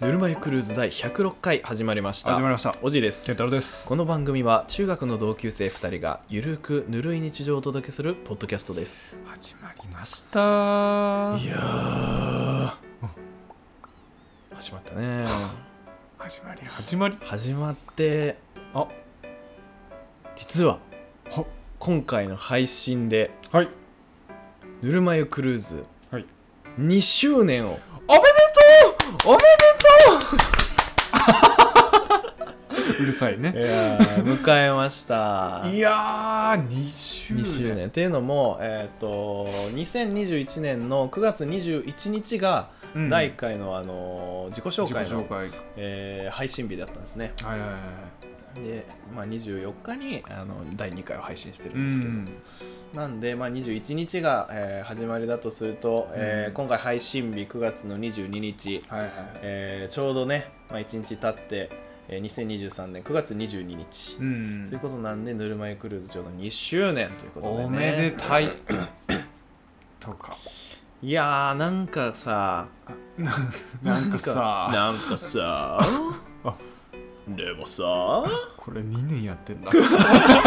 るま湯クルーズ第106回始まりました始まりましたおじいでケすンタロウですこの番組は中学の同級生2人がゆるくぬるい日常をお届けするポッドキャストです始まりましたいやー始まったね始まり始まり 始まってあ実はは今回の配信ではいぬるま湯クルーズはい2周年をおめでとうおめでとううるさいね迎えましたいやー2周2周年っていうのも、えー、と2021年の9月21日がうん第1回の、あのー自己紹自己介の紹、介えー配信日だったんですねはいはいはいで、まあ、24日にあの第2回を配信してるうんですけど、んなんで、まあ、21日が、えー始まりだとすると、えーうん今回配信日9月の22日、はいはいえーちょうどね、まあ、1日経って、えー2023年9月22日、うんということなんでぬるま湯クルーズちょうど2周年ということで、ね、おめでたいとかいやーなんかさなんかさなんか さでもさこれ2年やって んだ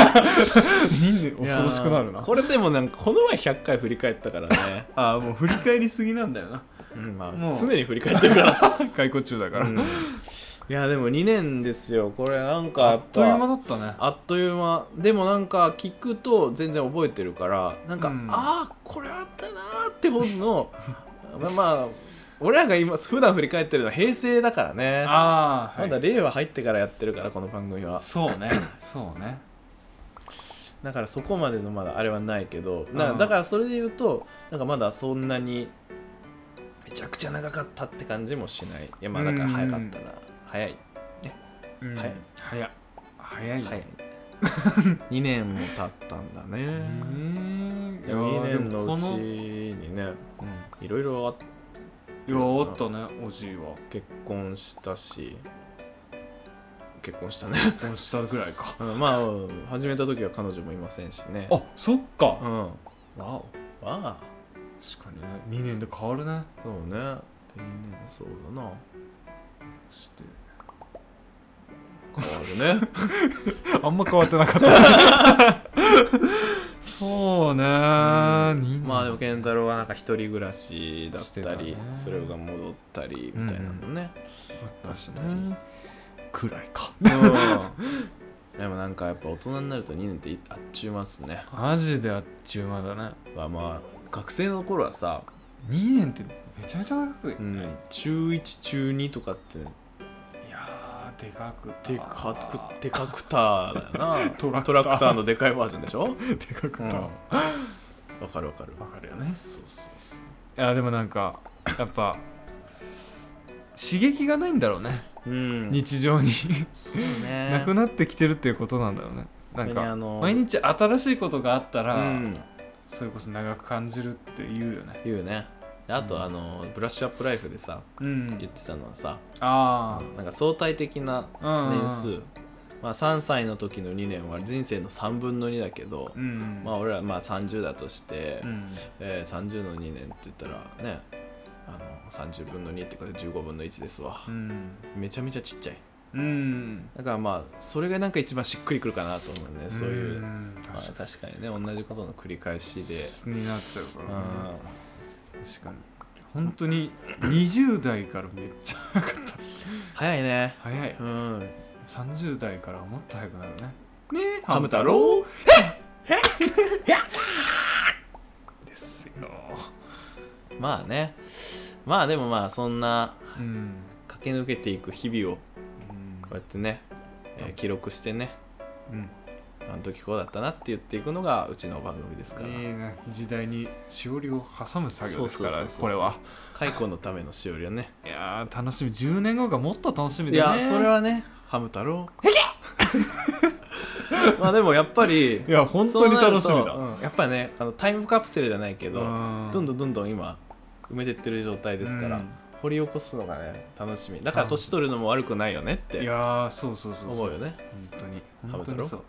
2年恐ろしくなるいやーなこれでもなんかこの前100回振り返ったからねあーもう振り返りすぎなんだよなうんまも あう常に振り返ってるから、 解雇中 だから、うんいやでも2年ですよこれなんあかやっっとぱいう間だったねあっという間でもなんか聞くと全然覚えてるからなんか、うんああこれあったなーってほどの まあまあ俺らが今普段振り返ってるのは平成だからねあーまはいだ令和入ってからやってるからこの番組はそうねそうねだからそこまでのまだあれはないけどなうんだからそれで言うとなんかまだそんなにめちゃくちゃ長かったって感じもしないいやまあだから早かったな早いうんはい早い早い早 い2年も経ったんだねえーいや2ーで年ものこうちのにねういろいろあっんいやおったねおじいは結婚したし結婚したね 結婚したぐらいかうんまあ始めた時は彼女もいませんしねあそっかうんわわおあ確かにね2年で変わるねそうね2年そうだなして変わるねあんま変わってなかった そうね2年まあでも健太郎はなんか一人暮らしだっしてたたりねそれが戻ったりみたいなのね、私ねくらいか でもなんかやっぱ大人になると2年ってあっちゅうますねマジであっちゅう間だねまあまあ学生の頃はさ、 2年ってめちゃめちゃ長くいうん、中1中2とかってやーでかくたデカクデカクターだよな トラクタークターのでかいバージョンでしょ わ、でかくたわかるわかるかるよねそうそうそういやでもなんかやっぱ刺激がないんだろうねうん日常にそうねなくなってきてるっていうことなんだろうねなん本当にあかの毎日新しいことがあったら、うんそれこそ長く感じるっていうよね言うねであと、うんあのブラッシュアップライフでさうん言ってたのはさあなんか相対的なあ年数、まあ、3歳の時の2年は人生の3分の2だけど、うんまあ俺らまあ30だとして、うんえー30の2年って言ったらねあの30分の2ってことで15分の1ですわう、んめちゃめちゃちっちゃいうんだからまあそれがなんか一番しっくりくるかなと思うねそういう、まんあ確か確かにね同じことの繰り返しで、にになっちゃうかうらねん確かに本当に20代からめっちゃ早かった早いね早いうん30代からもっと早くなるねねえハム太郎ですよまあねまあでもまあそんなうん、駆け抜けていく日々うをんこうやってね、えー記録してねうんあの時こうだったなって言っていくのがうちの番組ですから、いいね時代にしおりを挟む作業ですからそうそうそうそうこれは解雇のためのしおりはねいやー楽しみ10年後がもっと楽しみいだよやねそれはねハム太郎 まあでもやっぱりいや本当に楽しみそうだなるとうんやっぱねあのタイムカプセルじゃないけど、どんどんどんどんどん今埋めてってる状態ですから、うん掘り起こすのがね楽しみだから年取るのも悪くないよねいってやーそうそうそう思そううよね本当にハ本ム太当郎にそう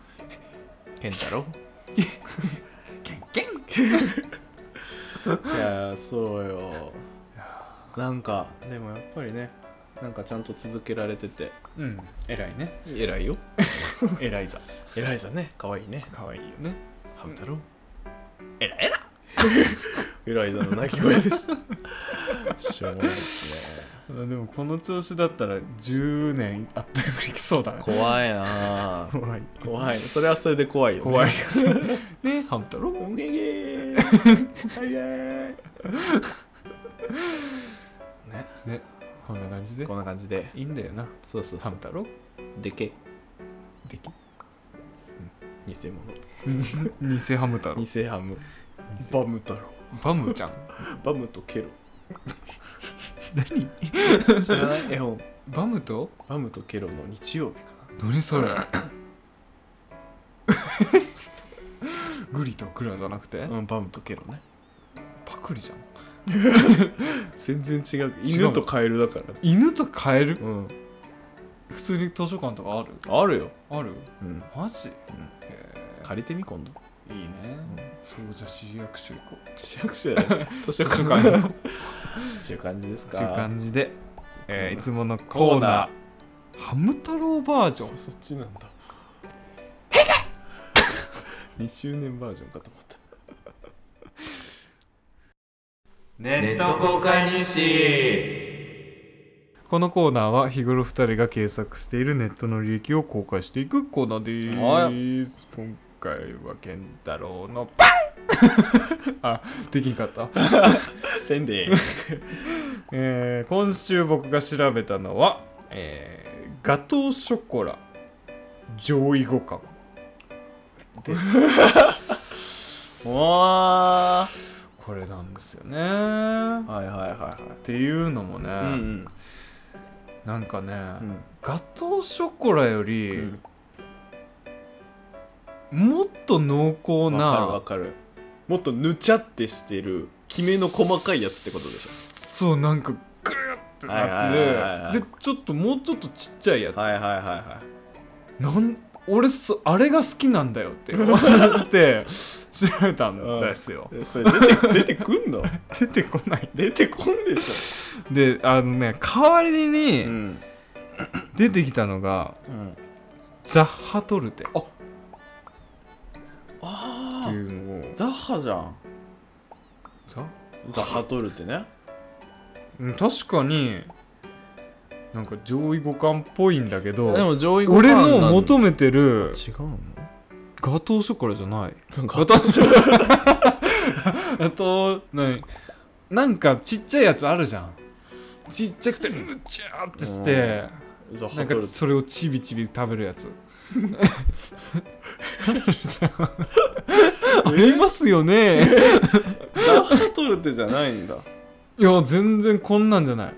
健太郎ケンケンいやーそうよなんかでもやっぱりねなんかちゃんと続けられててうん偉いね偉いよ偉いざ 偉いさね可愛いね可愛いよねハム太郎偉い偉い偉いさの鳴き声で したしょうもないですねあでもこの調子だったら10年あっという間に来そうだね怖いなぁ怖い怖いそれはそれで怖いよ、ね、怖いよねねハム太郎うげげーはいはいねねこんな感じでこんな感じでいいんだよなそうそうそハうム太郎でけでき偽偽ハム太郎物偽ハムバム太郎バムちゃんバムとケロ何知らない絵本バムとバムとケロの日曜日か何それ グリとグラじゃなくて、なうんバムとケロねパクリじゃん全然違違うう犬とカエルだから犬とカエルうん普通に図書館とかあるあるよ、あるうん、マジ、へ借りてみ今度ーいいね、そうじゃあ市役所行こう市役所だよ 図書館図書館行こうっていう感じですとかいう感じで、えーいつものココーーナナーハム太郎バージョンそっちなんだ へ !2 周年バージョンかと思ったネット公開日誌このコーナーは日頃2人が検索しているネットの履歴を公開していくコーナーです。今回は健太郎のパン あできんかった、せん でえー今週僕が調べたのは、えーガトーショコラ上位互換おーこれなんですよね。っはいはいはいはいていうのもね、うんなんかね、うんガトーショコラより、うんもっと濃厚わかるわなかるもっとぬちゃってしてるきめの細かいやつってことでしそうなんかグーってなってはいはいはいはいるでちょっともうちょっとちっちゃいやつ、ょはいはいはいはいなん俺そあれが好きなんだよって思って調べたんですよえそれ出て 出てくんの出てこない出てこんでしであのね代わりょにん、出てきたのが、うん、ザッハトルテっあてあいうのをザッハじゃんザザッハトルってねうん確かになんか上位互換っぽいんだけども上位俺の求めてる違うのガトーショコラじゃないなんかガトーショコラあと何なんかちっちゃいやつあるじゃんちっちゃくてむちゃーってしてザッなハんトかルそれをちびちび食べるやつ ありますよねザッハトルってじゃないんだいや全然こんなんじゃない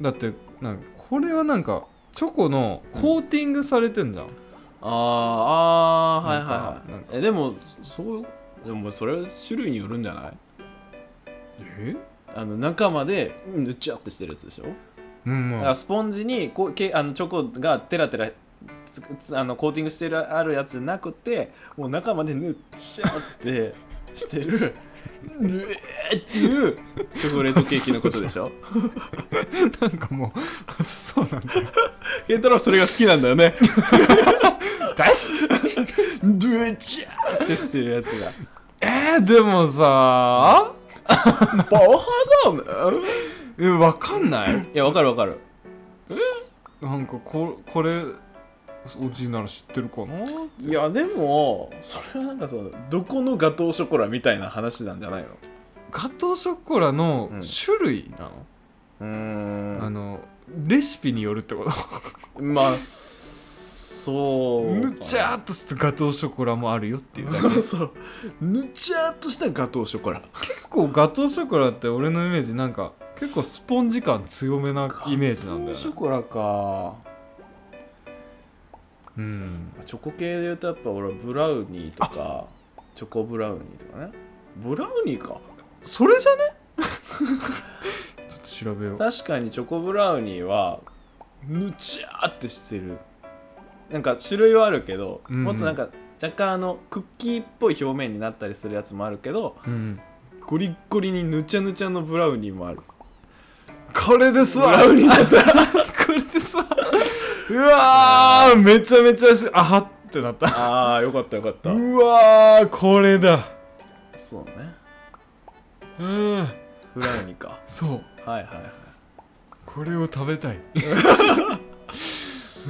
だってなんかこれはなんかチョコのコーティングされてんじゃん、あーあーはいはいはいなんかえでもそうでもそれは種類によるんじゃないえあの中までうんぬちゃってしてるやつでしょ、うんだまからスポンジにこうけあのチョコがテラテラつつあのコーティングしてるあるやつじゃなくてもう中までぬちゃってしてるぬえーっていうチョコレートケーキのことでしょなんかもうまずそうなんだよ ケンタロウそれが好きなんだよね大好きぬちゃってしてるやつがえー、でもさ バオハだよねえわかんないいやわかるわかるなんかここれおじいなら知ってるかないやでもそれはなんかそのどこのガトーショコラみたいな話なんじゃないのガトーショコラのうん種類なの、うーあんのレシピによるってことまあそうぬちゃーっとしたガトーショコラもあるよっていうだ け結そうぬちゃっとしたガトーショコラ構ガトーショコラって俺のイメージなんか結構スポンジ感強めなイメージなんだガトーよショねコラかうんチョコ系で言うとやっぱ俺はブラウニーとかチョコブラウニーとかねブラウニーかそれじゃね ちょっと調べよう確かにチョコブラウニーはぬちゃーってしてるなんか種類はあるけど、うんうんもっとなんか若干あのクッキーっぽい表面になったりするやつもあるけどうんゴリッゴリにぬちゃぬちゃのブラウニーもあるこれですブラウニーだったらうわーめちゃめちゃすあはってなった ああよかったよかったうわーこれだそうねうんフライにかそうはいはいはいこれを食べたいこ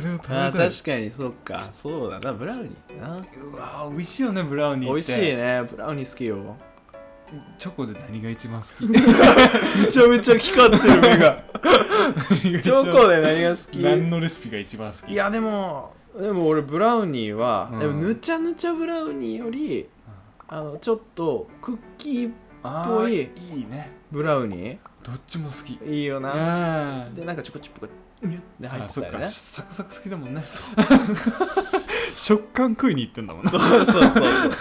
れを食べたあいー確かにそっかそうだなブラウニーなうわー美味しいよねブラウニー美って味しいねブラウニー好きよチョコで何が一番好きめちゃめちゃ光ってる目 が チョコで何が何好のレシピが一番好ききいやでもでも俺ブラウニーは、うんでもぬちゃぬちゃブラウニーよりあのちょっとクッキーあぽーいいいねブラウニどっちも好きーいいよなあーでなんかチョコチップがニュッて入あっそてったよかねサクサク好きだもんね 食感食いに行ってんだもんなそうそうそう そう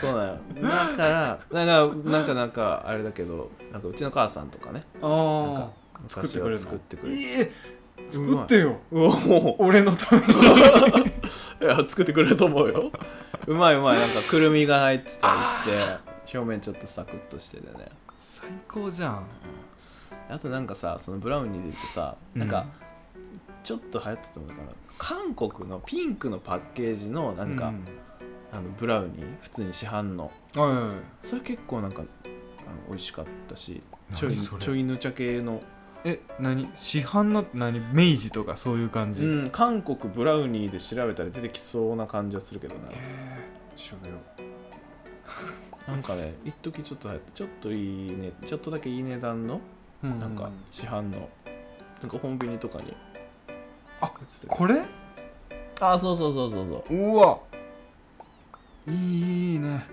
そうなのだからなんかなんかなんかあれだけどなんかうちの母さんとかねなんあか作ってくれるの昔は作ってくれるええうま作いってようわも俺のために ういや作ってくれると思うようまいうまいなんかくるみが入ってたりして表面ちょっとサクッとしててね最高じゃんあとなんかさそのブラウニーで言うとさなんか、ちょっと流行ってたのかな韓国のピンクのパッケージのなうんか、あのブラウニー普通に市販のはいはいはいそれ結構なんかあの美味しかったしちょ何いそれちょいぬちゃ系の、え何市販のって何明治とかそういう感じ、うん、韓国ブラウニーで調べたら出てきそうな感じはするけどなえー、しょよなんかね一時ちょっと流行ってちょっといいねちょっとだけいい値段のううなんか市販のなんかコンビニとかにあ売ってたよこれあそうそうそうそうそううわいいいい ね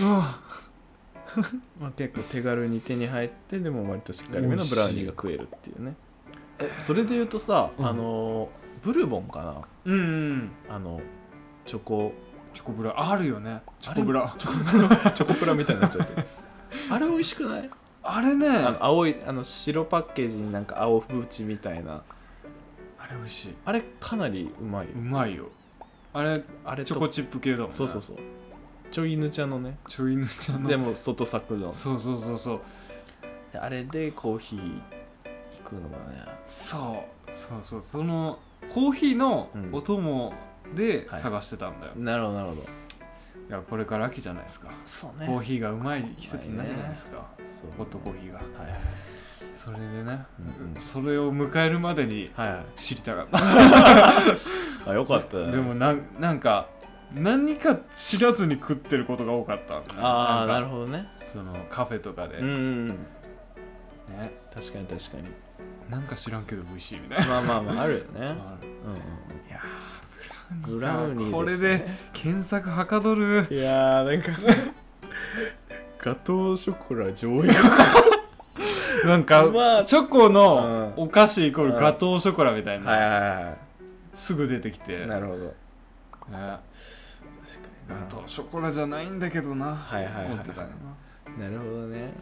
うわまあ、結構手軽に手に入ってでも割としっかりめのブラウニーが食えるっていうねえそれで言うとさ、うんあのブルボンかうん、うん、なあのチョコチョコブラあるよねチョコブラあチョコプラみたいになっちゃ ってるあれ美味しくないれねああの青いあの白パッケージになんか青縁みたいなれ美味しいあれかなりうまいようまいよあれあれとチョコチップ系だもん、ね、そうそうそうちょいぬちゃのねちょいぬちゃの でも外作のそうそうそうそうあれでコーヒー行くのがねそうそうそうそのコーヒーのうんお供ではい探してたんだよ、い、なるほどなるほどやこれから秋じゃないですか、そうねコーヒーがうまい季節になるじゃないですか、そうホットコーヒーがはいはいそれでね、うんうんそれを迎えるまでにはいはい知りたかったあよかった ねでもなんなんか何か知らずに食ってることが多かったんだねああんかなるほどねそのカフェとかで、うんうんうんね確かに確かになんか知らんけど美味しいみたいなまあまあまああるよねある うんいうんやうんーブラウニーこれすでね検索はかどるいやーなんかガトーショコラ上位なんか、まあチョコのうお菓子イコールうんガトーショコラみたいな、はいはいはすぐ出てきて、いなるほどね確ガかトーショコラじゃないんだけどな、はいはいはいはい思ってたよなにななるほどね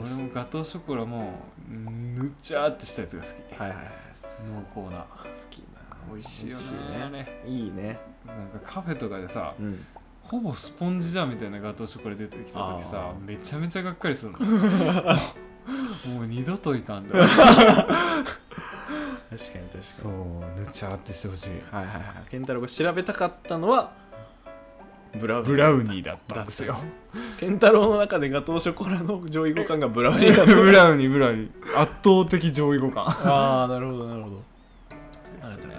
俺もガトーショコラもぬちゃーってしたやつが好き、はいはいはい濃厚な好きな美味しいよねいいねなんかカフェとかでさうんほぼスポンジじゃんみたいなガトーショコラ出てきた時さあーめちゃめちゃがっかり するのもう二度といかんだ確かに確かにそうぬちゃーってしてほしいはいはいはい健太郎が調べたかったのはブラウニブーラウニーだったんですよ健太郎の中でガトーショコラの上位互換がブラウニーだ った ブラウニーブラウニー圧倒的上位互換ああなるほどなるほどですね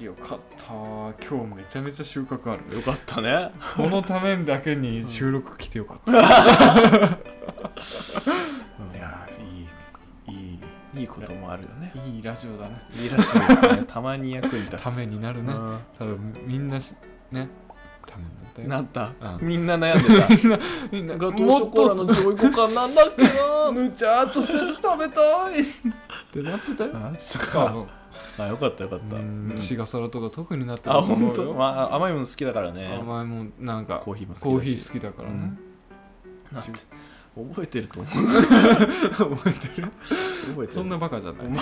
よかったわ今日めちゃめちゃ収穫あ るよかったねこのためだけに収録来てよか った、 いやーいいいいこともあるよねいいいいラジオだねいいらしいですねたまに役に立つためになるねうん多分みんなしねためになったよなった、うんみんな悩んでた みんなガトーショコラの上位互換なんだっけなーぬちゃーっとしたやつ食べたいってなってたよあそっ多か分あよかったよかった、うん紫が皿とか特になってあると思本う当、よ、まあ、甘いもの好きだからね甘いもんなんかコーヒーも好きだしコーヒー好きだからね、なんて覚えてると思う覚え てる覚えてるそんなバカじゃない中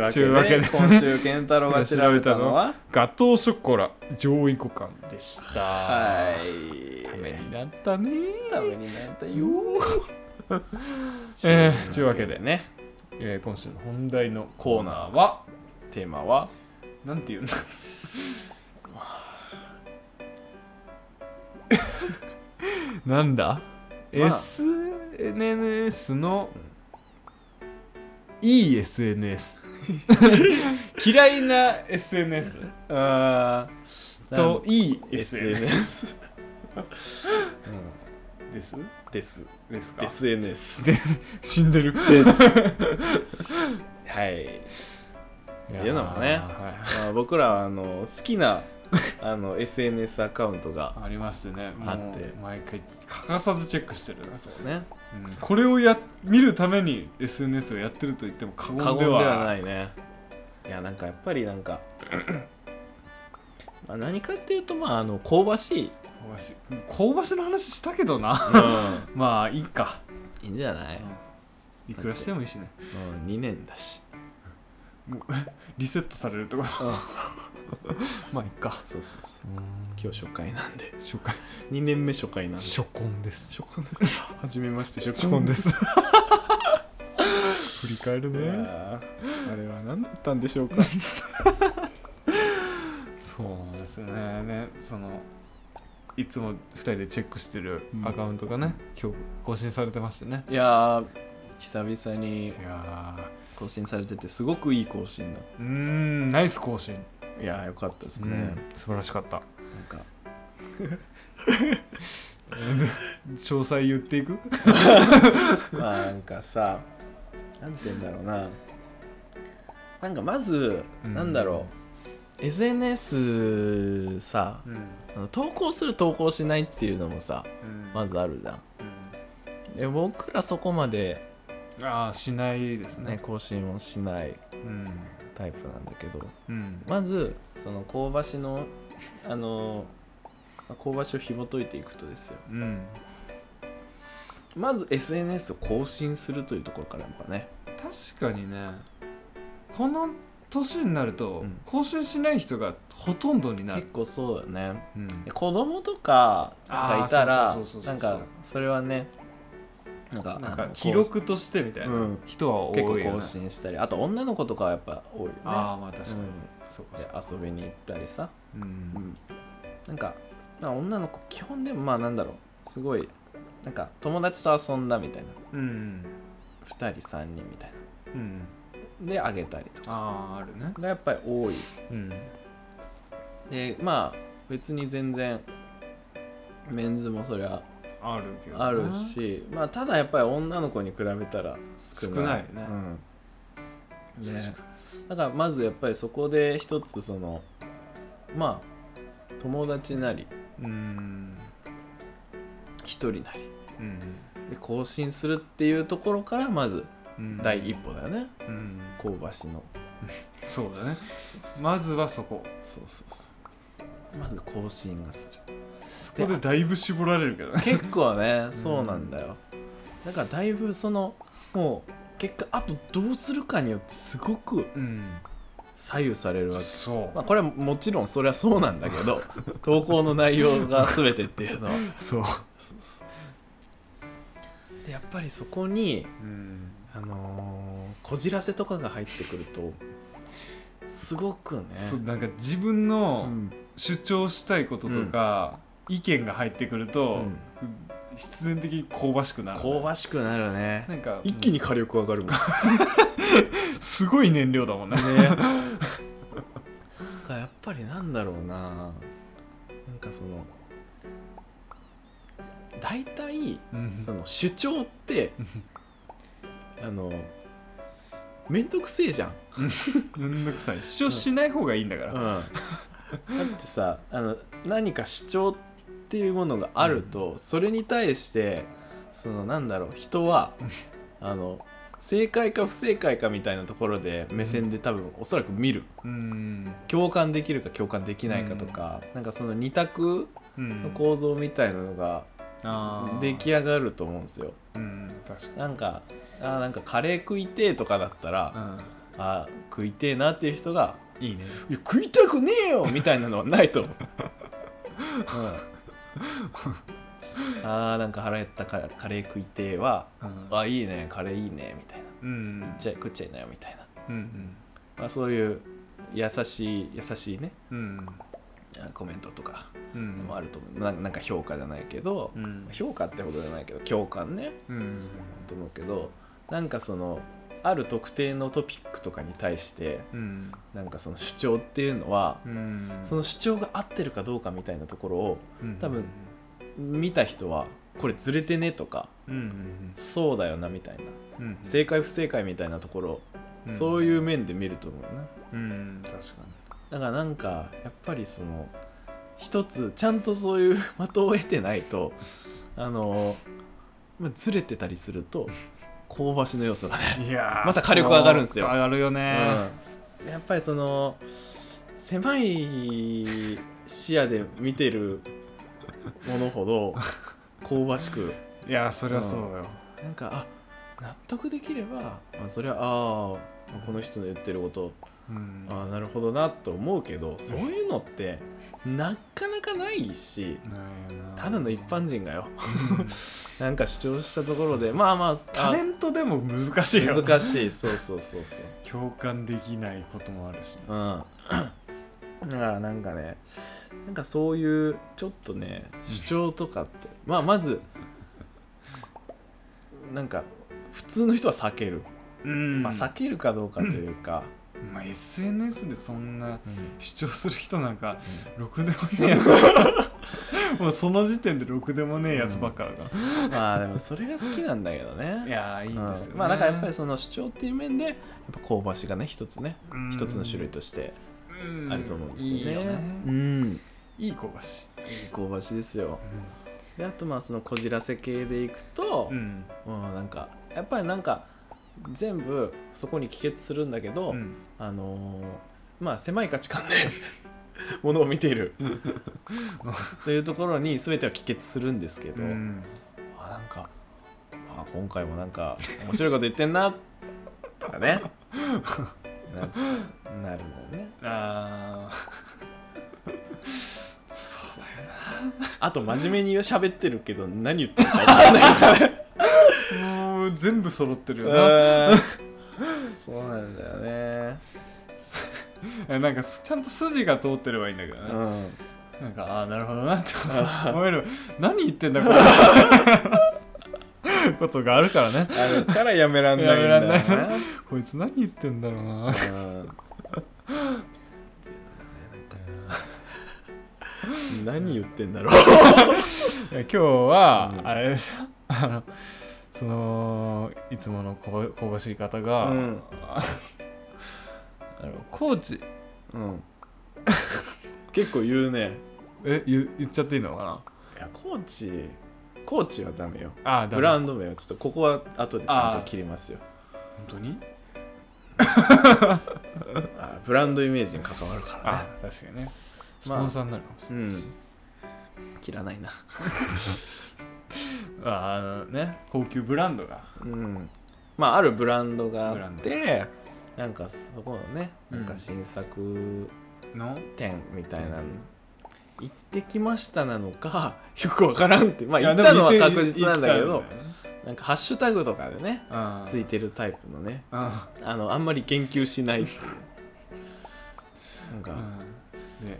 わけちゅうわけでで今週健太郎が調べたのはガトーショコラ上位互換でしたはいためになったねためになったよえーちゅうわけでねえー今週の本題のコーナーはテーマはなんて言うんだ なんだ、まあ ?SNS の、いい SNS 嫌いな SNS あといい SNS SNS ですですですかです SNS で 死んでるですはい嫌だもんねいやーはいまあ、僕らはあの好きなあの SNS アカウントがありましてねもうあって毎回欠かさずチェックしてるなそうねうんこれをや見るために SNS をやってると言っても過過言言ででははないいねいやなんかやっぱりなんかまあ何かっていうとまああの香ばしい、香ばしい香ばしの話したけどな まあいいかいいんじゃない、いくらしてもいいしねうん、2年だしもうリセットされるってこと まあいいかそうそうそう今日初回なんで初回2年目初回なんで初婚です初婚です初めまして初初婚婚でです す振り返るいやねーあれは何だったんでしょうかそうなんですねねそのいつも2人でチェックしてるアカウントがね、今日更新されてましてねいやー久々いにや更新されててすごくいい更新だーうーんナイス更新いやーよかったですうね、ん素晴らしかった なんか詳細言っていくまあなんかさなんて言うんだろうななんかまず、うんなんだろう SNS さうん、あの投稿する投稿しないっていうのもさまずあるじゃんで僕らそこまで、ああしないですね、ね更新をしないうんタイプなんだけどうんまずその香ばしのあのまあ香ばしを紐解いていくとですようんまず SNS を更新するというところからやっぱね確かにねこの年になると、うん更新しない人がほとんどにな結る、構そうだよねうんで子供とかあーがいたらそうそうそうそうなんかそれはねなんかなんあかの記録としてみたいなうん人はこ多うい結よね、構更新したりあと女の子とかはやっぱ多いよねああまあ確かに、うそうかそんうでか遊びに行ったりさ、うんなんかまあ女の子基本でもまあなんだろうすごいなんか友達と遊んだみたいなうん2人3人みたいうんなであげたりとかあああるねがやっぱり多いうんでまあ別に全然メンズもそりゃあるけどなあるし、まあただやっぱり女の子に比べたら少ない少ないよねうん、ねだからまずやっぱりそこで一つそのまあ友達なりうん一人なりうんで更新するっていうところからまずうん第一歩だよね、うん香ばしのそうだねまずはそこそうそうそうまず更新がするそこでだいぶ絞られるけどね結構ねそうなんだよ、だからだいぶそのもう結果あとどうするかによってすごくうん左右されるわけそう、まあ、これはもちろんそれはそうなんだけど投稿の内容が全てっていうのはそうでやっぱりそこに、うんあのーこじらせとかが入ってくるとすごくねそうなんか自分うのん主張したいこととか、意見が入ってくると、うん必然的に香ばしくなる香ばしくなるねなんか一気に火力上がるもんねすごい燃料だもんね なんかやっぱりなんだろうななんかその大体うんその主張 ってあの面倒くせえじゃんめんどくさい主張しない方がいいんだから、 うん、だってさあの何か主張っていうものがあると、それに対してそのなんだろう人はあの正解か不正解かみたいなところで目線で多分おそらく見るうん共感できるか共感できないかとか、なんかその二択うんの構造みたいなのがあー出来上がると思うんですよ。うん確かになんかあーなんかカレー食いてえとかだったら、あー食いてえなっていう人がうんいいねいや食いたくねえ よみたいなのはない と思う、うん、あーなんか腹減ったからカレー食いてえはうんあいいねカレーいいねみたいなうんじゃあ食っちゃいなよみたいな、うんまあ、そういう優しい優しいねうんコメントとかうんもあると思う、ななんか評価じゃないけど、うん評価ってほどじゃないけど共感ねうんと思うけどなんかそのある特定のトピックとかに対してうんなんかその主張っていうのは、うんその主張が合ってるかどうかみたいなところをうん多分見た人はこれずれてねとかうんそうだよなみたいなうんうん正解不正解みたいなところ、うんそういう面で見ると思うなうん確かだからなんかやっぱりその一つちゃんとそう いう的を得てないとあのまあずれてたりすると香ばしの要素がね、にいやーまた火力上がるんですよそう上がるよねうんやっぱりその狭い視野で見てるものほど香ばしくいやーそりゃそうよなんかあ納得できれば、まあ、それはああこの人の言ってることうんああなるほどなと思うけどそういうのってなかなかないしないよなただの一 般人がよなんか主張したところでまあまあタレあントでも難しいよ難しいそうそうそうそう共感できないこともあるしねうんだからなんかねなんかそういうちょっとね主張とかってまあまずなんか普通の人は避ける、うんまあ避けるかどうかというか、まあ SNS でそんなうん主張する人なんかろくでもねえ やつもうその時点でろくでもねえやつばっかだかまあでもそれが好きなんだけどねらいやーいいんですよ、ねうんまあなんかやっぱりその主張っていう面でやっぱ香ばしがね一つねうん一つの種類としてうんあると思うんですよね。いいよねうん、いい子がし香ばしですよ。であとまあそのこじらせ系でいくと、んうんなんかやっぱりなんか全部そこに帰結するんだけど、うんあのーまあ狭い価値観で ものを見ているというところに全ては帰結するんですけど、うんあなんかあ今回もなんか面白いこと言ってんなとかね ななるんだよねあーそうだよあと真面目に喋ってるけど何言ってるか分かんないからねなもう全部揃ってるうよ なーんそうなんだよねえなんかすちゃんと筋が通ってればいいんだけどね、うんなんかああなるほどなってあ思える何言ってんだ これことがあるからねあるからやめらんないんだよやめらんななこいつ何言ってんだろうなうん何言ってんだろういや今日は、うんあれでしょ あのそのいつものこば香ばしい方が、うん あのコーチうん 結構言うねえ言言っちゃっていいのかいやコーチコーチはダメよなああブランンド名はちょっとここは後でちゃんと切りますよ本当にあブランドイメージに関わるからねあ確かにねスポンサーになるかもしうれないし、ん切らないなあああのね高級ブランドがうんまああるブランドがブラあっンドてなんかそこのねなんうかん新作の店みたいなうのん行ってきましたなのか よくわからんってまあい行やっでたものは言って確実なんだけど言っなんかハッシュタグとかでねたんだよねついてるタイプのねうんあのあんまり言及し ないなんかうんで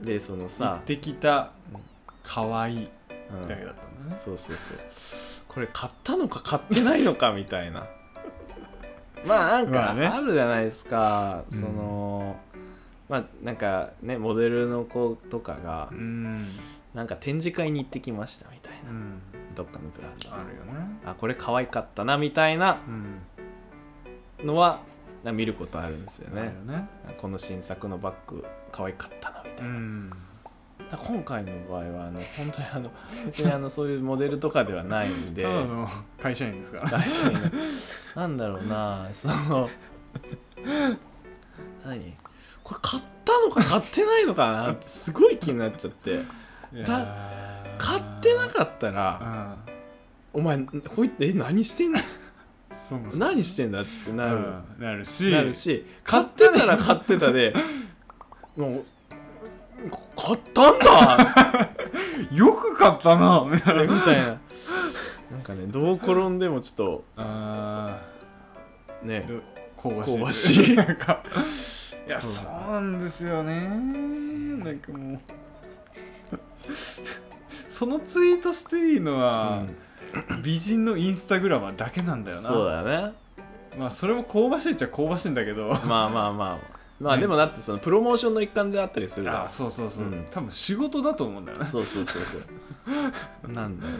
でその行さっ、てきた可愛いうんだけだったんだねそうそうそうこれ買ったのか買ってないのかみたいな まあなんまかあねあるじゃないですか、うんそのまあなんかねモデルの子とかがんなんか展示会に行ってきましたみたいなうんどっかのブランドのあるよねあこれ可愛かったなみたいなうんのはな見ることあるんですよあるよねねこの新作のバッグ可愛かったなみたういな、んだから今回の場合はあの本当にあの別にあのそういうモデルとかではないん でただの会社員ですから大事ななんだろうなその何これ買ったのか買ってないのかなってすごい気になっちゃって買ってなかったらかっお前こいつえ何してんのたそうも何してんだってなる、うんなるしなるし買ってたら買ってたでもうこ買ったんだよく買った なみたいなみたいななんかねどう転んでもちょっとあねー香ばしい 香ばしいなんかいやそうなんですよねなんかもう そのツイートしていいのは、美人のインスタグラマーだけなんだよなそうだねまあそれも香ばしいっちゃ香ばしいんだけどまあまあまあまあねでもだってそのプロモーションの一環であったりするあかあそうそうそう、うん多分仕事だと思うんだよらねそうそうそうそう なんだよ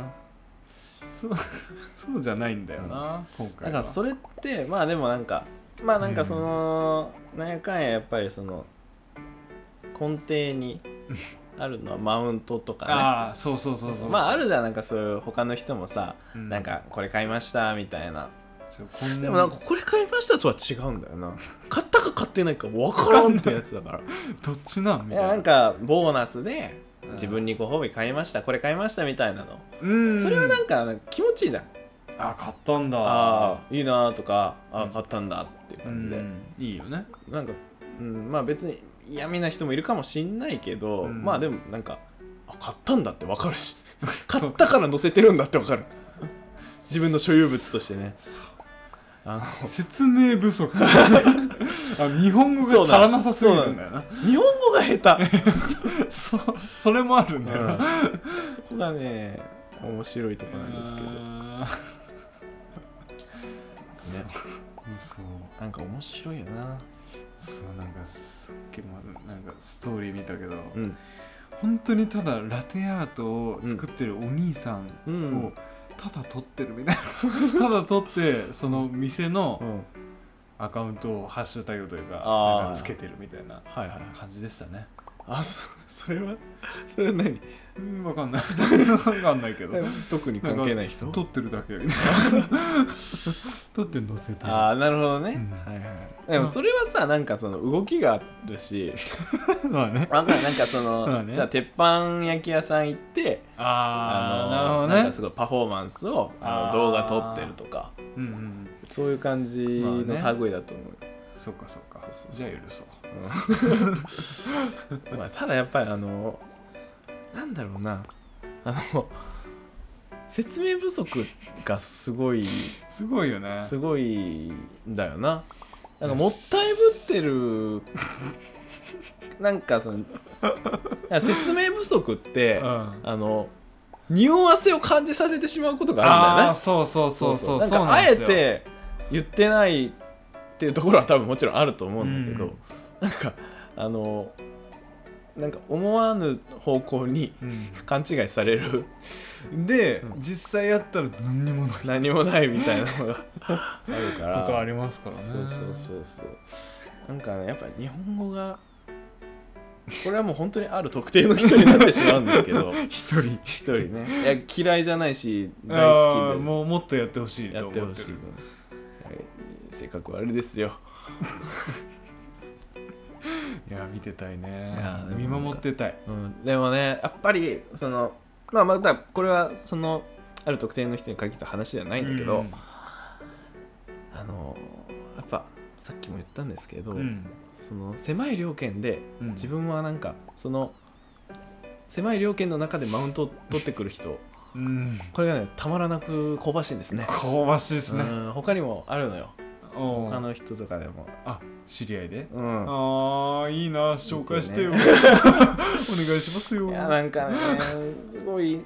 ねそう そうじゃないんだよな、今な回んはかそれってまあでもなんかまあなんかその、なんやかんややっぱりその根底にあるのはマウントとかねああそうそうそうそうまああるじゃんなんかそういう他の人もさ、うなんかこれ買いましたみたいなそうこんでもなんかこれ買いましたとは違うんだよな買ったか買ってないか分からんってやつだからどっちなんみいたいやななんかボーナスでうん自分にご褒美買いましたこれ買いましたみたいなの、うんそれはなんか気持ちいいじゃんあ買ったんだああいいなーとかあうあん買ったんだっていうう感じで、んいいよねなんか、うん、まあ別に嫌味な人もいるかもしんないけど、うんまあでもなんかあ買ったんだって分かるし 買ったから載せてるんだって分 かる自分の所有物としてねあ説明不 足あ日本語が足らなさすぎるんだよなの日本語が下 手そそれもあるんだよな、そこがね面白いところなんですけどあーねそうなんか面白いよなそうそうなんかさっきもなんかストーリー見たけど、うん本当にただラテアートを作ってるお兄さんうをんただ撮ってるみたいなただ撮ってその店うのんアカウントをハッシュタグというかあーなんかつけてるみたいなはいはい感じでしたねあそそれはそれは何うんわかんないわかんないけど特に関係ない人撮ってるだけみたいな 撮って載せてるああなるほどね、うんはいはいでもそれはさなんかその動きがあるしまあねわかんないなんかそまあの、ねじゃあ鉄板焼き屋さん行ってあのあななんるほどかねすごいパフォーマンスをああーの動画撮ってるとかうんうんうんそういう感じのまあね類だと思う、そっかそっかそうそうそうじゃあ許そううんまあただやっぱりあのなんだろうなあの説明不足がすごいすごいよねすごいんだよななんかもったいぶってる なんかそのなんか説明不足って、うんあの匂わせを感じさせてしまうことがあるんだあよあねそうそうそうそうなんかなあんでえすよて言ってないっていうところは多分もちろんあると思うんだけど、うんなんかあのなんか思わぬ方向に う勘違いされるんでう実際やったら何にもないこ何もないみたいなのがあ るからとありますからねそうそうそうそうなんかねやっぱ日本語がこれはもう本当にある特定の人になってしまうんです けど一人一人ねいや嫌いじゃないし大大好きで好きでもうもっとやってほしいやと思っっててほるしいと思うはいせっかくあれですよいや見てたいねいやでもなんか見守ってたいうん、でもねやっぱりそのまあまたこれはそのある特定の人に限った話ではないんだけど、あのやっぱさっきも言ったんですけど、うんうんその狭い料金でうん自分はなんかその狭い料金の中でマウントを取ってくる 人うんこれがねたまらなく香ばしいんですね香ばしいですうねん他にもあるのよおう他の人とかでもあ知り合いでうんあーいいな紹介してよお見願いしますよいやなんかねすごい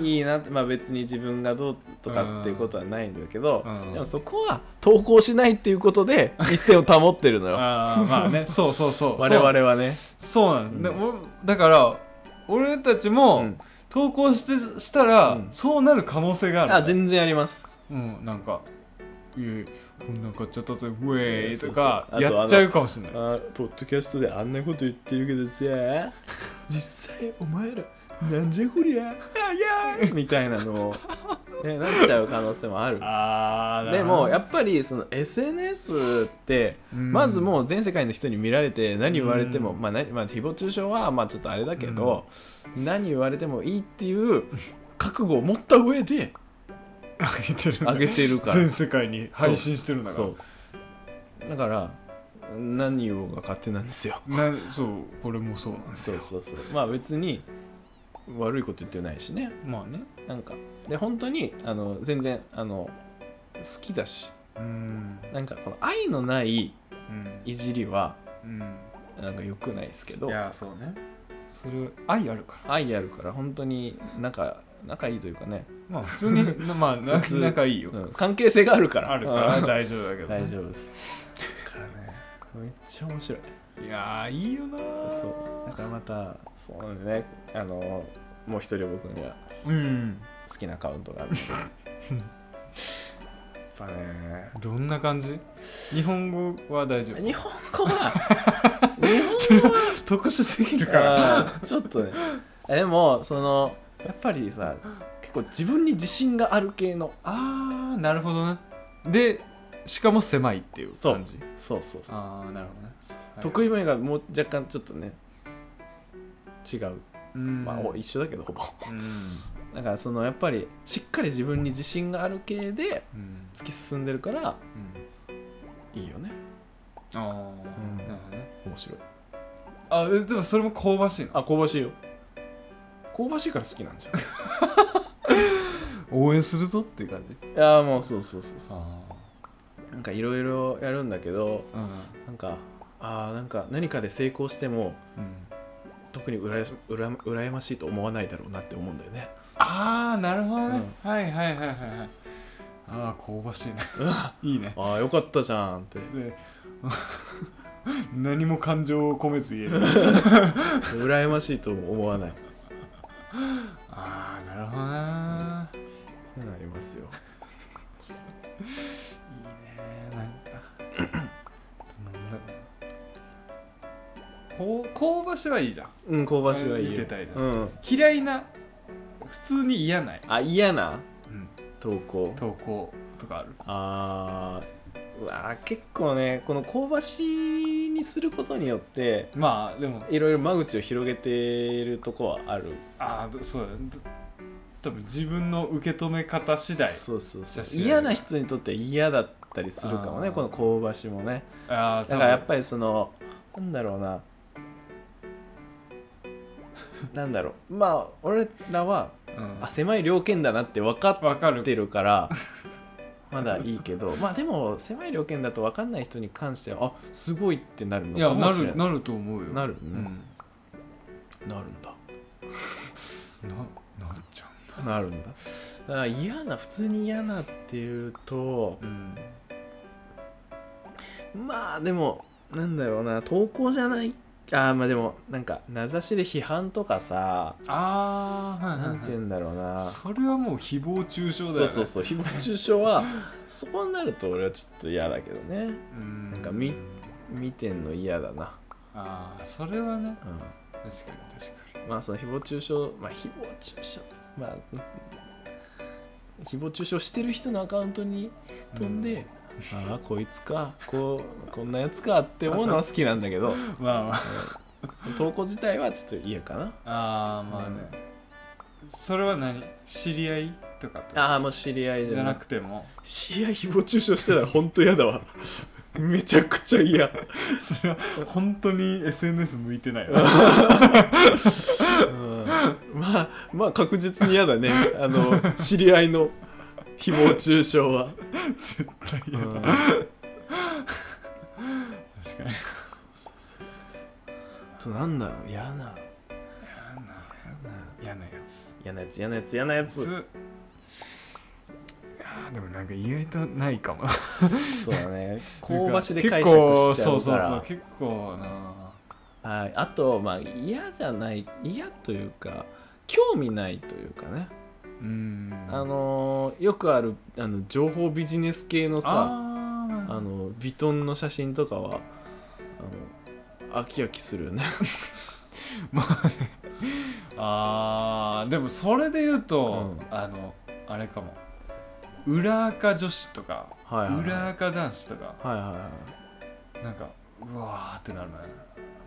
いいなってまあ別に自分がどうとかっていうことはないんだけどうんでもそこは投稿しないっていうこと で一線を保ってるのよあーまあ ねそうそうそう我々はねそうなんです、うんでもだから俺たちも、うん投稿してしたら、うんそうなる可能性があるあ全然ありますうんなんか「いえこんなん買っちゃったぜウェーイ」そうそとうかあとやっちゃうかもしれないあポッドキャストであんなこと言ってるけどさ実際お前らなんじゃこりゃ早いみたいなのを、ね、なっちゃう可能性もあるあーでもやっっぱりその SNS ってうんまずもう全世界の人に見られて何言われても、うんまあ何まあ誹謗中傷はまあちょっとあれだけど、何言われてもいいっていう覚悟を持った上でぱ上げてる上げてるから全世界に配信してるんだからそうだから何言おうが勝手なんですよなそうこれもそうなんですそようそうそうまあ別に悪いこと言ってないしねまあねなんかで本当にあの全然あの好きだしうんなんかこの愛のないうんいじりはうんなんか良くないですけどいやそうねそれ愛あるから愛あるから本当に仲仲いいというかね、まあ普通 にまあな普通仲いいよ、うん関係性があるからあるからうん大丈夫だけど、大丈夫ですからねめっちゃ面白い夫いやーいいよなーそうだからまたそうなんでねあのもう一人僕にはうん好きなアカウントがあるのでやっぱねどんな感じ日本語は大丈夫日本語 は日本語は特殊すぎるからあーちょっとねえでもそのやっぱりさ結構自分に自信がある系のあーなるほどねでしかも狭いっていうそう感じそうそうそうああなるほどね得意分野がもう若干ちょっとね違ううんまあ、お一緒だけどほぼ うんだからそのやっぱりしっかり自分に自信がある系でうん突き進んでるからうんいいよねああ、んなるほどね面白いあえでもそれも香ばしいのあ香ばしいよ香ばしいから好きなんじゃん応援するぞっていう感じ いやーもうそうそうそうそあうなんかいろいろやるんだけどあなんかあーなんか何かで成功してもうん、うん、特にうらやうら羨ましいと思わないだろうなって思うんだよねああなるほどね、はいはいはいはいそはうそういそああ香ばしいねううわいいねあーよかったじゃんってで何も感情を込めず言え る羨ましいとも思わないああなるほどなそうなりますよいいねなんかなんだろうなこう香ばしはいいじゃんうん香ばしいはいいよ見てたいじゃんうん嫌いな普通に嫌ない、あ嫌なうん、投稿投稿とかあるあーうわー結構ねこの香ばしいにすることによってまあでもいろいろ間口を広げているとこはあるああそうだねど多分自分の受け止め方次第そうそうそじゃうあ次第嫌な人にとっては嫌だったりするかもねあーこの香ばしもねああだからやっぱりそのなんだろうななんだろうまあ俺らはり、うんあ狭い条件だなって分かっわかるてるからまだいいけどまあでも狭い条件だと分かんない人に関してはあすごいってなるのいやかもなしれないるなると思うよなるねうん、ななるんだなるじゃなるんだだから嫌な普通に嫌なっていうとん、うん、まあでもなんだろうな投稿じゃないあーまあでもなんか名指しで批判とかさああはいはいなはいんて言うんだろうなそれはもう誹謗中傷だよねそうそうそう誹謗中傷はそこになると俺はちょっと嫌だけどねうんなんかみ見てんの嫌だな、ああそれはね確うかに確かん、まあその誹謗中傷まあ誹謗中傷まあ誹謗中傷してる人のアカウントに飛んで、ああこいつかこうこんなやつかって思うのは好きなんだけ どにまあまあ投稿自体はちょっと嫌かなああまあね、それは何知り合いとかとああもう知り合いじじゃゃななくくても知り合い誹謗中傷してたらほんと嫌だわ めちゃくちゃ嫌それは本当に SNS 向いてないようんまあまあ確実に嫌だねあの知り合いの誹謗中傷は、絶対う嫌だ、ん確かにあとなんだろう嫌な嫌なやつ嫌なやつ嫌なやつ嫌なやつつあーでもなんか意外とないかもそうだね香ばしで解釈しちゃ結構うそうそうそうから結構なはいあとまあ嫌じゃない嫌というか興味ないというかね、うんあのーよくあるあの情報ビジネス系のさああーのビトンの写真とかはあの飽き飽きするよね あーでもそれで言うと、うあのあれかも裏垢女子とか、はいはいはい裏垢男子とかはいはいはいなんかうわーってなるね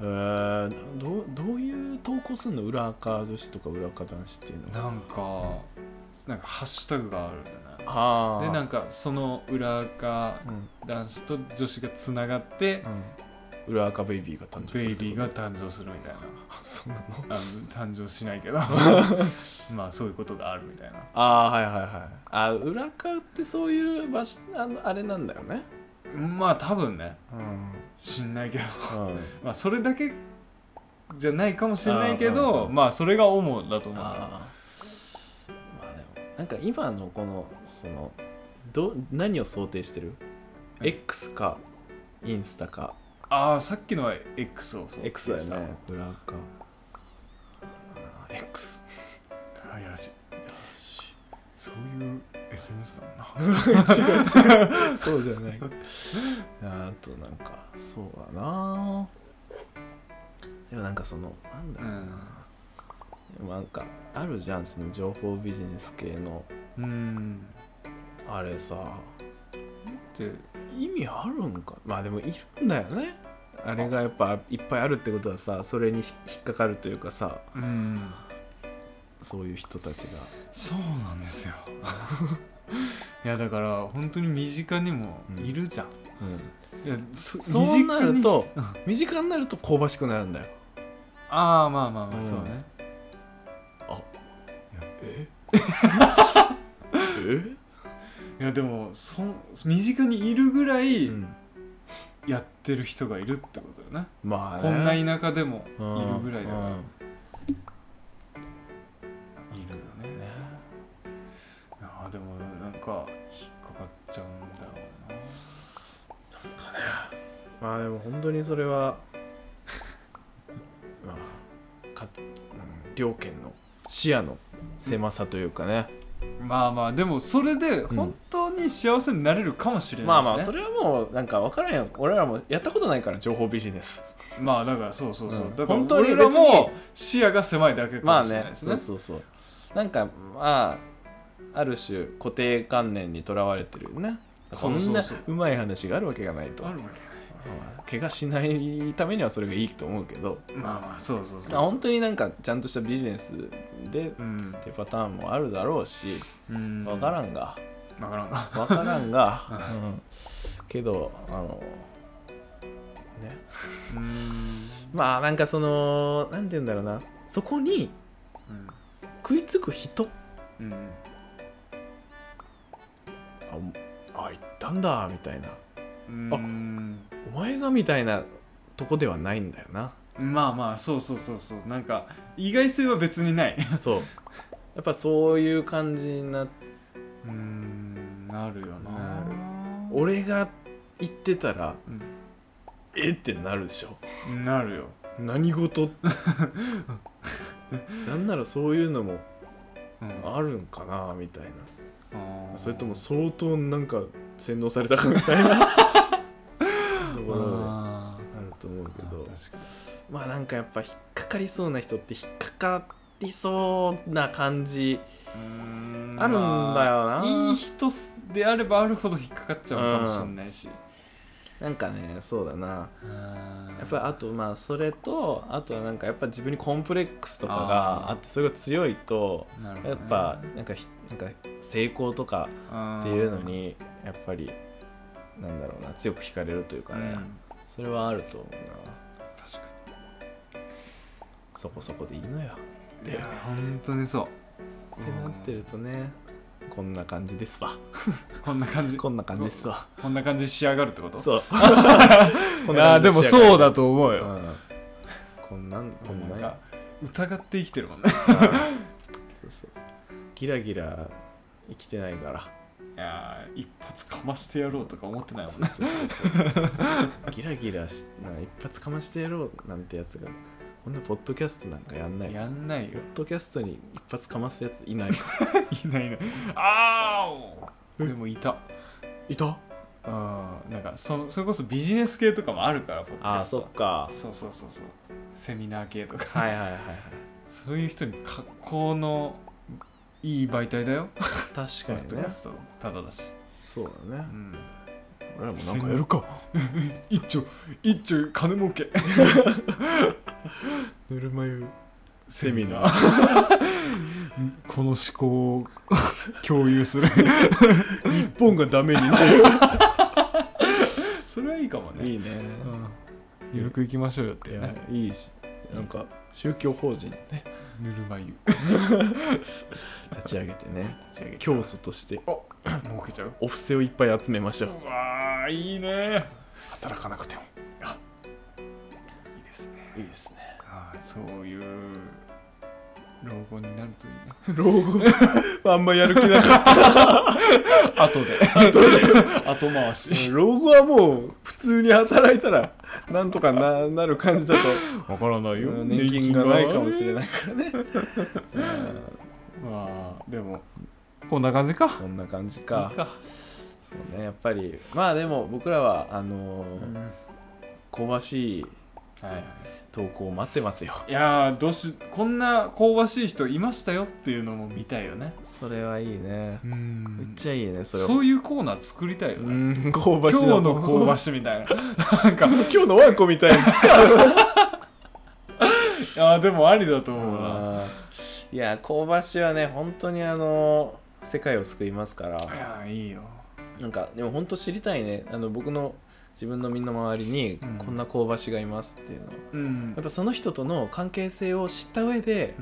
えー、どうどういう投稿すんの裏垢女子とか裏垢男子っていうのはなんかなんかハッシュタグがあるんだよねあでなんか、んかその裏垢うん男子と女子がつながって、うん、裏垢ベイビーが誕生するベイってことビーが誕生するみ たいなあそうなのあの誕生しない けどまあそういうことがあるみたいなああはいはいはいあ裏垢ってそういう場所あのあれなんだよねまあ多分ねうん知んないけどうんまあそれだけじゃないかもしれないけあーどうんまあそれが主だと思うなあーまあでもなんか今のこのそのど何を想定してるえ ?X かインスタかあーさっきのは X をそう X だよさねブラかあー X あやらしい違そういう SNS だもんなう違 うそうじゃないあとなんかそうだなでもなんかそのなんだろうな、でもなんかあるじゃんその情報ビジネス系のうんうんあれさって意味あるんかまあでもいるんだよねあれがやっぱいっぱいあるってことはさそれに引っかかるというかさうんそういう人たちがそうなんです よいやだから本当に身近にもいるじゃん、うんいやそそうなると身近に身近になると香ばしくなるんだよああまあまあまうあんそうね、えいやでもそ身近にいるぐらえ、いうん、やってる人がいるってことよね、まあ、ね、こんいな田舎でもいるぐらいだかだらよねいるよねああでもなんか引っかかっちゃうんだろうなまあでも本当にそれは まあか、うん、両県の視野の狭さというかね、まあまあでもそれでうん本当に幸せになれるかもしれないし、ねまあまあそれはもうなんか分からんよ俺らもやったことないから情報ビジネスまあだからそうそうそう、うんだから本当に俺ら別にも視野が狭いだけまかあもしれないねですね,、そうそうそうなんかまあある種固定観念にとらわれてるよねそそうそうそうんなうまい話があるわけがないとあるわまあ怪我しないためにはそれがいいと思うけどけまあまあそうそうそうそう本当になんかちゃんとしたビジネスでっうんてパターンもあるだろうしうん分からんんが分からんな分から んが、うん、けどあのねうんまあなんかそのなんて言うんだろうなそこに食いつく人うんうんああ行ったんだみたいなうんお前がみたいなとこではないんだよなまあまあそうそうそうそうなんか意外性は別にないそうやっぱそういう感じになってうんなるよななる俺が行ってたらうえってなるでしょんなるよ何事なんならそういうのもうんあるんかなみたいあーなそれとも相当なんか洗脳されたかみたいなところでああーると思うけど確かにまあなんかやっぱ引っかかりそうな人って引っかかりそうな感じうーんあるんだよなまあいい人であればあるほど引っかかっちゃうかもしれないし、なんかねそうだなややっぱりあとまあそれとあとはなんかやっぱ自分にコンプレックスとかがあってそれが強いとなるほどやっねぱなんかひなんか成功とかっていうのにやっぱりなんだろうな強く惹かれるといううかんね、それはあると思うな確かそこそこでいいのよにいや本当にそうってなってるとねこんな感じですわうんこんな感じこんな感じですわこんな感じに仕上がるってこと そいうやーでもそうだと、と思ううよ、ん、こんなんこんななんんかや疑って生きてるもんねそうそうそうギラギラ生きてないからいやー一発かましてやろうとか思ってないもんそうねそうそうそうギラギラしな一発かましてやろうなんてやつがこんなポッドキャストなんかやんないポッ やんないよドキャストに一発かますやついないかいないいないあーおでもいたらいたあーなんかそのそれこそビジネス系とかもあるからポッドキあャあストそはっかそうそうそうそうセミナー系とかはいはいはいはいそういう人に格好のいい媒体だよポ確かッドにキねャストただだし、そうだねうん、俺らもなんかやるか一丁一丁金儲 けぬるま湯セミナーこの思考を共有する日本がダメになる それはいいかもね いいねうん、よく行きましょうよっていねやいいしなんか宗教法人ねぬるま湯立ち上げてね立ち上げちゃう教祖として儲けちゃうお布施をいっぱい集めましょううわあいいね働かなくてもいいですねいいですねあーそういう老後になるといいな 老後 あんまやる気なかっ後で後た後回し 老後はもう普通に働いたらなんとかななる感 じだとわからないよ年金がないかもしれないからね うんまあでもこんな感じかこんな感じいかいか、そうねやっぱりまあでも僕らはあうのーん香ばしいはい投稿を待ってますよいやーどうしこんな香ばしい人いましたよっていうのも見たいよねそれはいいねうめっんちゃいいねそれはそういうコーナー作りたいようねん香今ばし日いの香ばしみたいななんか 今日のワンコみたいなあーでもありだと思うないや香ばしはね本当にあの世界を救いますからいやーいいよなんかでも本当知りたいねあの僕の自分の身の回りにうんこんな香ばしがいますっていうの、うんやっぱその人との関係性を知った上で、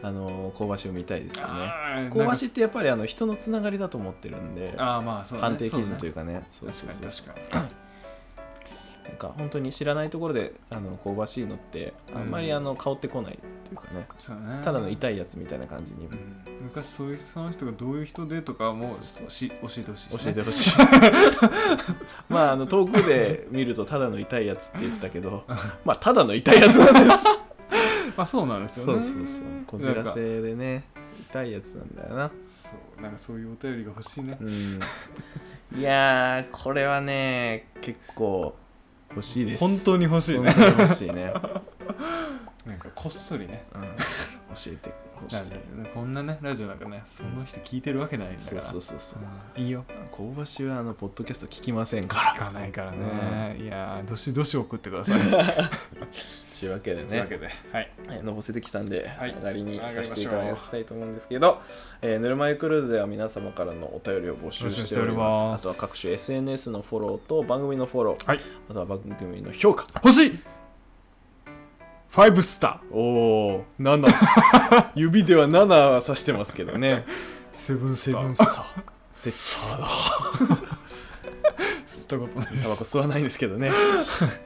あの香ばしを見たいですよねあー香ばしってやっぱりあの人のつながりだと思ってるんでなんかあーまあそうだね判定基準といううかねそうそうそうだねそう確かに確かになんか本当に知らないところであの香ばしいのってあんまりあの香ってこないというかね、そうだねただの痛いやつみたいな感じにうん昔そういうその人がどういう人でとかもし教えてほしいしね教えてほしい まああの遠くで見るとただの痛いやつって言ったけど まあただの痛いやつなんですまあそうなんですよそうねそうそうこじらなんかせでね痛いやつなんだよなそうなんかそういうお便りが欲しいねうんいやーこれはね結構欲しいです本当に欲しいね本当に欲しいね、なんかこっそりねうん、教えてほしいなんでこんなねラジオなんかねその人聞いてるわけないんだかそうらそうそうそううんいいよ香ばしはあのポッドキャスト聞きませんから聞かないからね、いやーどしどし送ってくださいといというわけでうねわけではいえーのぼせてきたんで、はい上がりに上がりましょさうせていただきたいと思うんですけど、えー、ぬるま湯クルーズでは皆様からのお便りを募集しております募集しておりますあとは各種 SNS のフォローと番組のフォロー、はいあとは番組の評価欲しい5スターおお7 指では7は指してますけど ねセブンスセタブーンスターセブンスターだ吸ったことないタバコ吸わないんです けどね、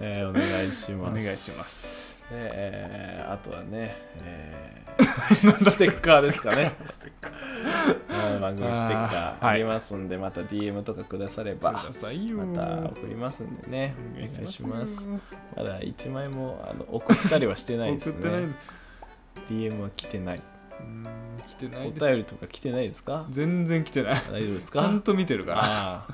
えーお願いしおます願いしますでえーあとはね、えー ステッカーですかねステッカーはい番組ステッカあーーありますんで、また DM とかくださればくださいよまーた送りますんでねおお願願いいししまますすよまだ1枚もあの送ったりはしてないです送ってないね DM は来てないうーん来てなおいです便りとか来てないですか全然来てない大丈夫ですちゃんかと見てるからあ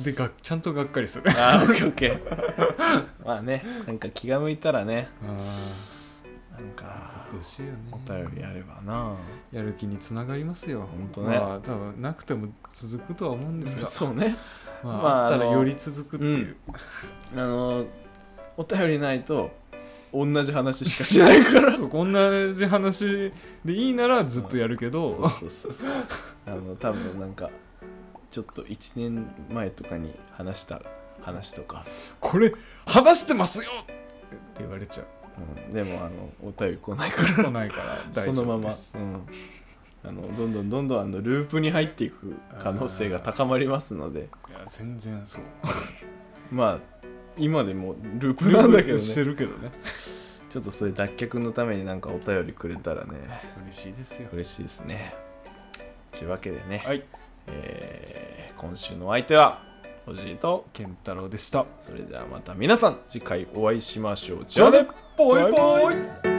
ーでがちゃんとがっかりするあーオッケーオッケーまあねなんか気が向いたらねなんかどうしようねお便りあればなやる気につながりますよほんとねまあ多分なくても続くとは思うんですが そうねまあ、まああったらあのより続くっていう、あのお便りないと同じ話しかしないからそうこんなじ話でいいならずっとやるけど、そうそうそうあの多分なんかちょっと1年前とかに話した話とか、 これ話してますよって言われちゃううん、でもあのお便り来ないか来ない からら大丈そ夫ですのまま、うん、あのどんどんどんどんあのループに入っていく可能性が高まりますのでいや全然そうまあ今でもループ なんだけ どしてねるけどねちょっとそれ脱却のためになんかお便りくれたらね嬉しいですよ嬉しいですねというわけでね、はいえー今週のお相手はおじいと健太郎でしたそれではまた皆さん次回お会いしましょうじゃあねバイバイイ